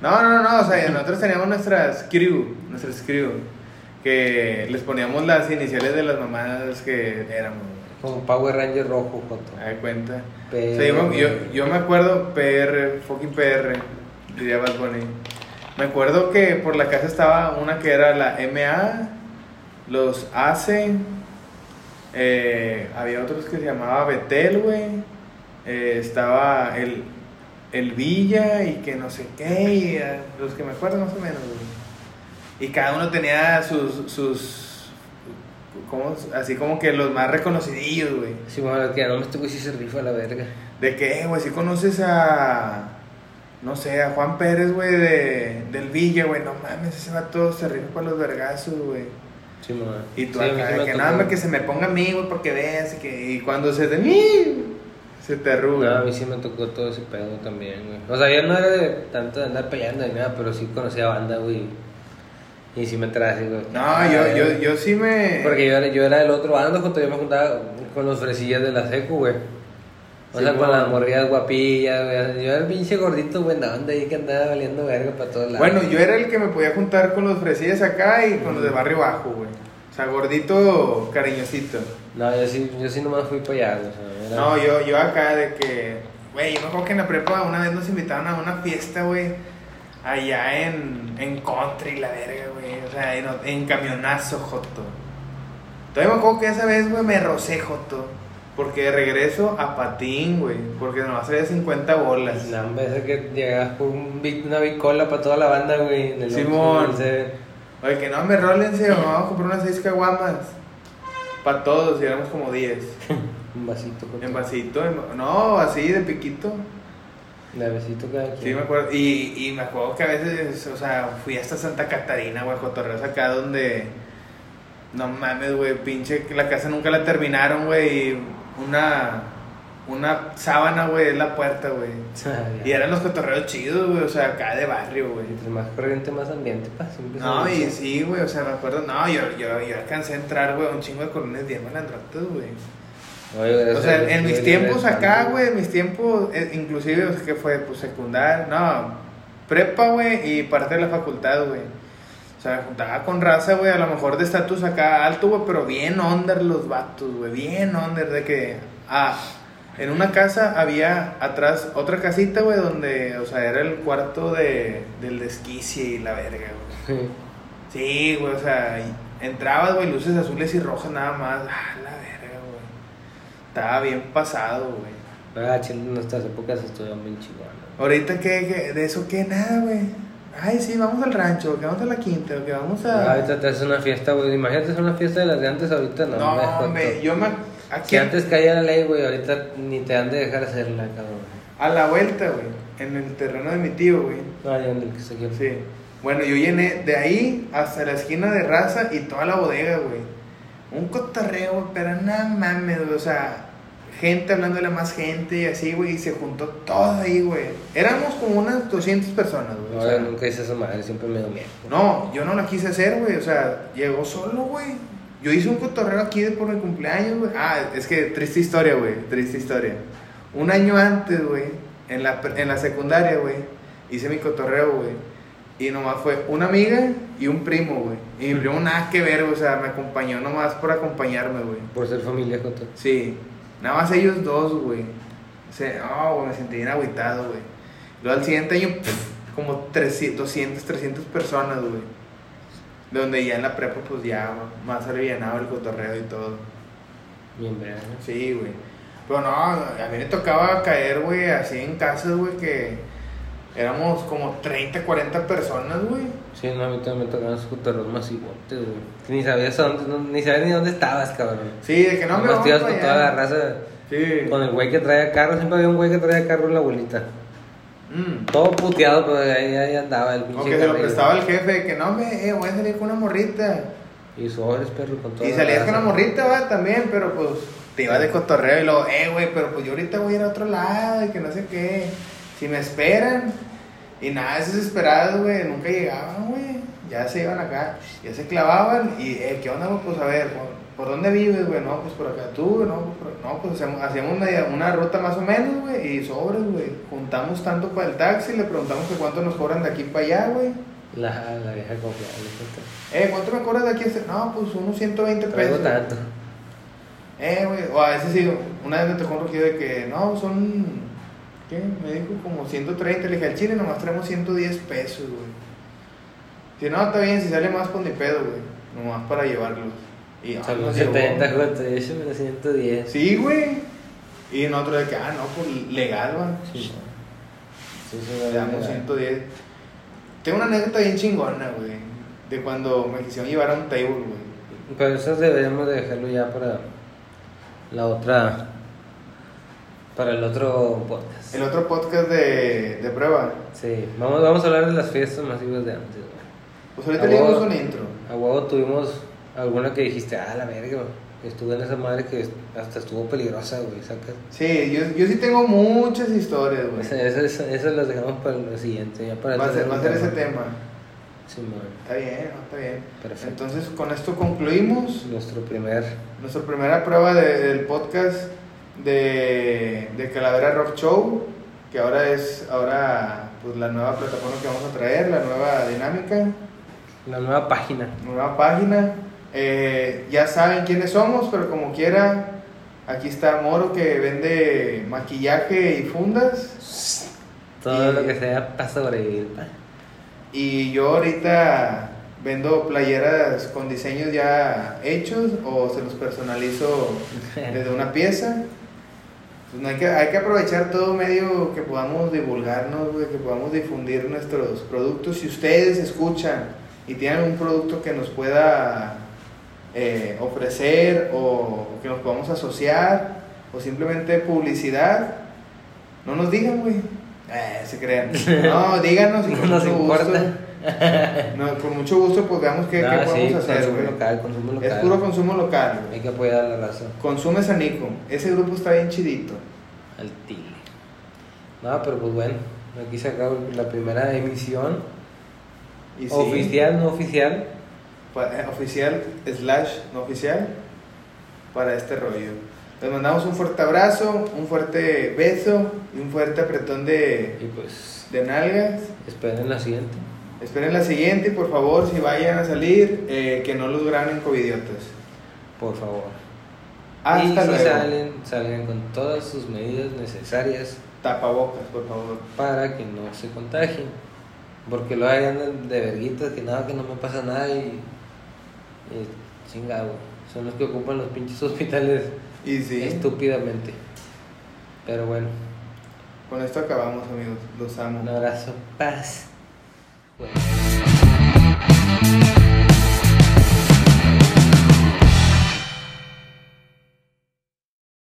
Speaker 2: No, no, no, o sea, nosotros teníamos nuestras crew, nuestras crew, que les poníamos las iniciales de las mamadas que éramos, güey.
Speaker 3: Como Power Ranger rojo, Joto.
Speaker 2: A cuenta.
Speaker 3: Pero-
Speaker 2: O sea, Ah. yo, me, yo- yo me acuerdo PR, fucking PR, diría Bad Bunny. Me acuerdo que por la casa estaba una que era la MA, los AC, eh, había otros que se llamaba Betel, güey. eh, estaba el, el Villa y que no sé qué, y, eh, los que me acuerdo más o menos, güey. Y cada uno tenía sus. sus ¿cómo? Así como que los más reconocidillos, güey.
Speaker 3: Sí, bueno, que no me estuvo sí se rifa la verga.
Speaker 2: De que, eh, güey, si conoces a. No sé, a Juan Pérez, güey, de, del Villa, güey. No mames, ese vato se rifa para los vergazos, güey.
Speaker 3: Sí, mamá.
Speaker 2: Y tú
Speaker 3: Sí, a mí
Speaker 2: acá,
Speaker 3: sí me
Speaker 2: de que
Speaker 3: tocó.
Speaker 2: nada más que se me ponga a mí, güey, porque veas. Y, que, y cuando se de mí, se te
Speaker 3: No, a
Speaker 2: arruga.
Speaker 3: mí Ah, sí me tocó todo ese pedo también, güey. O sea, yo no era de tanto de andar peleando ni nada, pero sí conocía banda, güey. Y sí me traje, güey. Ah,
Speaker 2: no, yo, yo, yo sí me.
Speaker 3: Porque yo era, yo era del otro bando, cuando yo me juntaba con los fresillas de la secu, güey. O
Speaker 2: Sí,
Speaker 3: sea, con
Speaker 2: bueno.
Speaker 3: las morrillas guapillas, güey. Yo era el pinche gordito, güey, la banda ahí que andaba valiendo verga para todos lados.
Speaker 2: Bueno, yo era el que me podía juntar con los fresillas acá y con los de barrio bajo, güey. O sea, gordito, cariñosito.
Speaker 3: No, yo sí, yo sí nomás fui para allá, güey. o sea, era-
Speaker 2: No, yo, yo acá de que, güey, yo me acuerdo que en la prepa una vez nos invitaron a una fiesta, güey, allá en, en country, la verga, güey, o sea, en, en camionazo, Joto. Todavía me acuerdo que esa vez, güey, me rocé, Joto, porque de regreso a patín, güey, porque nomás había 50 bolas.
Speaker 3: La vez que llegabas con un big- una bicola para toda la banda, güey. en el
Speaker 2: Simón.
Speaker 3: Oxxo, en el Seven.
Speaker 2: Oye, que no, me rólense, o vamos a comprar unas 6 caguamas. Para todos, y éramos como 10.
Speaker 3: Un vasito, güey.
Speaker 2: En vasito, en- no, así de piquito.
Speaker 3: La besito cada quien.
Speaker 2: Sí, me acuerdo. Y, y me acuerdo que a veces, o sea, fui hasta Santa Catarina, güey, cotorreos acá donde. No mames, güey, pinche. La casa nunca la terminaron, güey. y Una. Una sábana, güey, es la puerta, güey. Y eran los cotorreos chidos, güey, o sea, acá de barrio, güey.
Speaker 3: Entre más corriente, más ambiente, pa. siempre se
Speaker 2: No, y
Speaker 3: dice.
Speaker 2: sí, güey, o sea, me acuerdo. No, yo, yo, yo alcancé a entrar, güey, a un chingo de colonias bien malandrotas, güey.
Speaker 3: Oye, gracias
Speaker 2: O sea,
Speaker 3: a Dios,
Speaker 2: en mis
Speaker 3: yo
Speaker 2: tiempos
Speaker 3: era
Speaker 2: acá,
Speaker 3: tanto.
Speaker 2: güey, en mis tiempos, eh, inclusive, o sea, que fue, pues, secundaria, no, prepa, güey, y parte de la facultad, güey. O sea, me juntaba con raza, güey, a lo mejor de estatus acá alto, güey, pero bien under los vatos, güey, bien under, de que, ah, en una casa había atrás otra casita, güey, donde, o sea, era el cuarto de, del desquicie y la verga, güey.
Speaker 3: Sí.
Speaker 2: Sí, güey, o sea, y entrabas, güey, luces azules y rojas nada más. Ah, la verga, güey. Estaba bien pasado, güey.
Speaker 3: Ah, chile, en nuestras épocas estuvieron bien chingonas.
Speaker 2: Ahorita que, que- de eso que nada, güey. Ay, sí, vamos al rancho, que vamos a la quinta, que vamos
Speaker 3: Ah,
Speaker 2: a.
Speaker 3: Ahorita te haces una fiesta, güey. Imagínate hacer una fiesta de las de antes, ahorita no.
Speaker 2: no,
Speaker 3: me descuento.
Speaker 2: hombre, yo me. Aquí
Speaker 3: Si antes caía la ley, güey, ahorita ni te han de dejar hacerla, cabrón.
Speaker 2: a la vuelta, güey. En el terreno de mi tío, güey.
Speaker 3: No, ya ni que se quiera.
Speaker 2: Sí. Bueno, yo llené de ahí hasta la esquina de raza y toda la bodega, güey. Un cotorreo, güey, pero nada mames, güey, O sea, gente hablándole a más gente y así, güey. Y se juntó todo ahí, güey. Éramos como unas 200 personas, güey. o
Speaker 3: No,
Speaker 2: sea,
Speaker 3: yo nunca hice esa madre, siempre me dio miedo.
Speaker 2: No, yo no la quise hacer, güey. O sea, llegó solo, güey. Yo hice un cotorreo aquí de por mi cumpleaños, güey. Ah, es que triste historia, güey. Triste historia. Un año antes, güey, en la, pre- en la secundaria, güey, hice mi cotorreo, güey. Y nomás fue una amiga y un primo, güey. Y mi primo nada que ver, güey. O sea, me acompañó nomás por acompañarme, güey.
Speaker 3: Por ser familia, Joto.
Speaker 2: Sí, nada más ellos dos, güey. O sea, ah, güey, me sentí bien agüitado, güey. Luego al siguiente año, pff, como 300, 200, 300 personas, güey. Donde ya en la prepa, pues ya más alivianado el cotorreo y todo.
Speaker 3: Bien, verga.
Speaker 2: Sí, güey. Pero no, a mí me tocaba caer, güey, así en casas, güey, que éramos como 30, 40 personas, güey.
Speaker 3: Sí, no, a mí también me tocaban esos cotorros masivotes, güey. Que Ni sabías a dónde, no- ni sabías ni dónde estabas, cabrón.
Speaker 2: Sí, de que no, me
Speaker 3: Nomás te ibas con toda la raza.
Speaker 2: Sí.
Speaker 3: Con el güey que traía carro, siempre había un güey que traía carro en la abuelita.
Speaker 2: Mm.
Speaker 3: Todo puteado, pero ahí, ahí andaba el
Speaker 2: O que
Speaker 3: pinche
Speaker 2: se lo
Speaker 3: carrillo.
Speaker 2: prestaba el jefe, de que no, me eh, voy a salir con una morrita.
Speaker 3: Y sobres, perro, con todo.
Speaker 2: Y salías con la morrita, va, también, pero pues te ibas de cotorreo y luego, eh, güey, pero pues yo ahorita voy a ir a otro lado y que no sé qué. Si me esperan. Y nada, esos esperados, güey, nunca llegaban, güey. Ya se iban acá, ya se clavaban y, eh, ¿qué onda, güey? Pues a ver, ¿por, por dónde vives, güey? No, pues por acá tú, no, pues, por- no, pues hacemos, hacíamos media- una ruta más o menos, güey, y sobres, güey. Juntamos tanto para el taxi, le preguntamos que cuánto nos cobran de aquí para allá, güey.
Speaker 3: La, la vieja confiable, Joto.
Speaker 2: Eh, ¿cuánto me cobras de aquí? a este? No, pues unos 120 pesos.
Speaker 3: Traigo tanto.
Speaker 2: Eh, güey, o a veces sí, una vez me tocó un rugido de que, no, son, ¿qué? Me dijo como 130, le dije, al chile nomás traemos 110 pesos, güey. Si no, está bien, si sale más, pues ni pedo, güey, nomás para llevarlos. Y, ah,
Speaker 3: Salgo
Speaker 2: nos llevó.
Speaker 3: 70, Joto. Yo se me la 110.
Speaker 2: Sí, güey. Y nosotros de que, ah, no, pues legal, va.
Speaker 3: Sí, sí, sí,
Speaker 2: Le
Speaker 3: me
Speaker 2: damos
Speaker 3: da.
Speaker 2: 110. Tengo una anécdota bien chingona, güey, de cuando me quisieron llevar a un table, güey.
Speaker 3: Pero esas deberíamos de dejarlo ya para la otra. Para el otro podcast.
Speaker 2: El otro podcast de, de prueba.
Speaker 3: Sí, vamos, vamos a hablar de las fiestas masivas de antes, güey.
Speaker 2: Pues ahorita
Speaker 3: Ah,
Speaker 2: le dimos
Speaker 3: bueno.
Speaker 2: un intro.
Speaker 3: A huevo tuvimos alguna que dijiste, ah, la verga, güey. Estuve en esa madre que hasta estuvo peligrosa, güey, sacas.
Speaker 2: Sí, yo, yo sí tengo muchas historias, güey.
Speaker 3: Esa- esa- esa- Esas las dejamos para lo siguiente, ya para
Speaker 2: Va a ser,
Speaker 3: tener
Speaker 2: va a
Speaker 3: un
Speaker 2: ser ese tema.
Speaker 3: Sí, man.
Speaker 2: Está bien, no, está bien.
Speaker 3: Perfecto.
Speaker 2: Entonces, con esto concluimos
Speaker 3: Nuestro primer.
Speaker 2: nuestra primera prueba de- del podcast de, de Calavera Rock Show, que ahora es ahora pues, la nueva plataforma que vamos a traer, la nueva dinámica,
Speaker 3: La nueva página.
Speaker 2: nueva página. Eh, ya saben quiénes somos, pero como quiera, aquí está Moro que vende maquillaje y fundas.
Speaker 3: Todo
Speaker 2: Y-
Speaker 3: lo que sea para sobrevivir, pa.
Speaker 2: Y yo ahorita vendo playeras con diseños ya hechos o se los personalizo desde una pieza. Pues no hay, que, hay que aprovechar todo medio que podamos divulgarnos, güey, que podamos difundir nuestros productos. Si ustedes escuchan y tienen un producto que nos pueda eh, ofrecer o que nos podamos asociar o simplemente publicidad, no nos digan, güey. Eh, se crean. No, díganos y
Speaker 3: No
Speaker 2: con
Speaker 3: nos
Speaker 2: mucho gusto-
Speaker 3: importa.
Speaker 2: no, con mucho gusto, pues veamos qué,
Speaker 3: No,
Speaker 2: qué podemos
Speaker 3: Ah, sí,
Speaker 2: hacer,
Speaker 3: consumo
Speaker 2: güey.
Speaker 3: local, consumo local.
Speaker 2: Es puro consumo local, güey.
Speaker 3: Hay que apoyar a la raza.
Speaker 2: Consume Sanico. Ese grupo está bien chidito.
Speaker 3: Al tile. No, pero pues bueno, aquí se acaba la primera emisión.
Speaker 2: Y sí,
Speaker 3: oficial, no oficial.
Speaker 2: pa- eh, oficial, slash, no oficial, para este rollo. Les mandamos un fuerte abrazo, un fuerte beso y un fuerte apretón de,
Speaker 3: Y pues,
Speaker 2: de nalgas.
Speaker 3: esperen la siguiente.
Speaker 2: Esperen la siguiente y por favor, si vayan a salir, eh, que no los graben covidiotas.
Speaker 3: Por favor.
Speaker 2: Ah, Hasta
Speaker 3: y
Speaker 2: luego.
Speaker 3: si salen, salgan con todas sus medidas necesarias
Speaker 2: Tapabocas, por favor.
Speaker 3: para que no se contagien. Porque lo hagan de verguitas, que nada, que no me pasa nada y. y chingado. Son los que ocupan los pinches hospitales
Speaker 2: Y sí.
Speaker 3: estúpidamente. Pero bueno,
Speaker 2: Con esto acabamos, amigos. Los amo.
Speaker 3: un abrazo, paz.
Speaker 4: Thank you.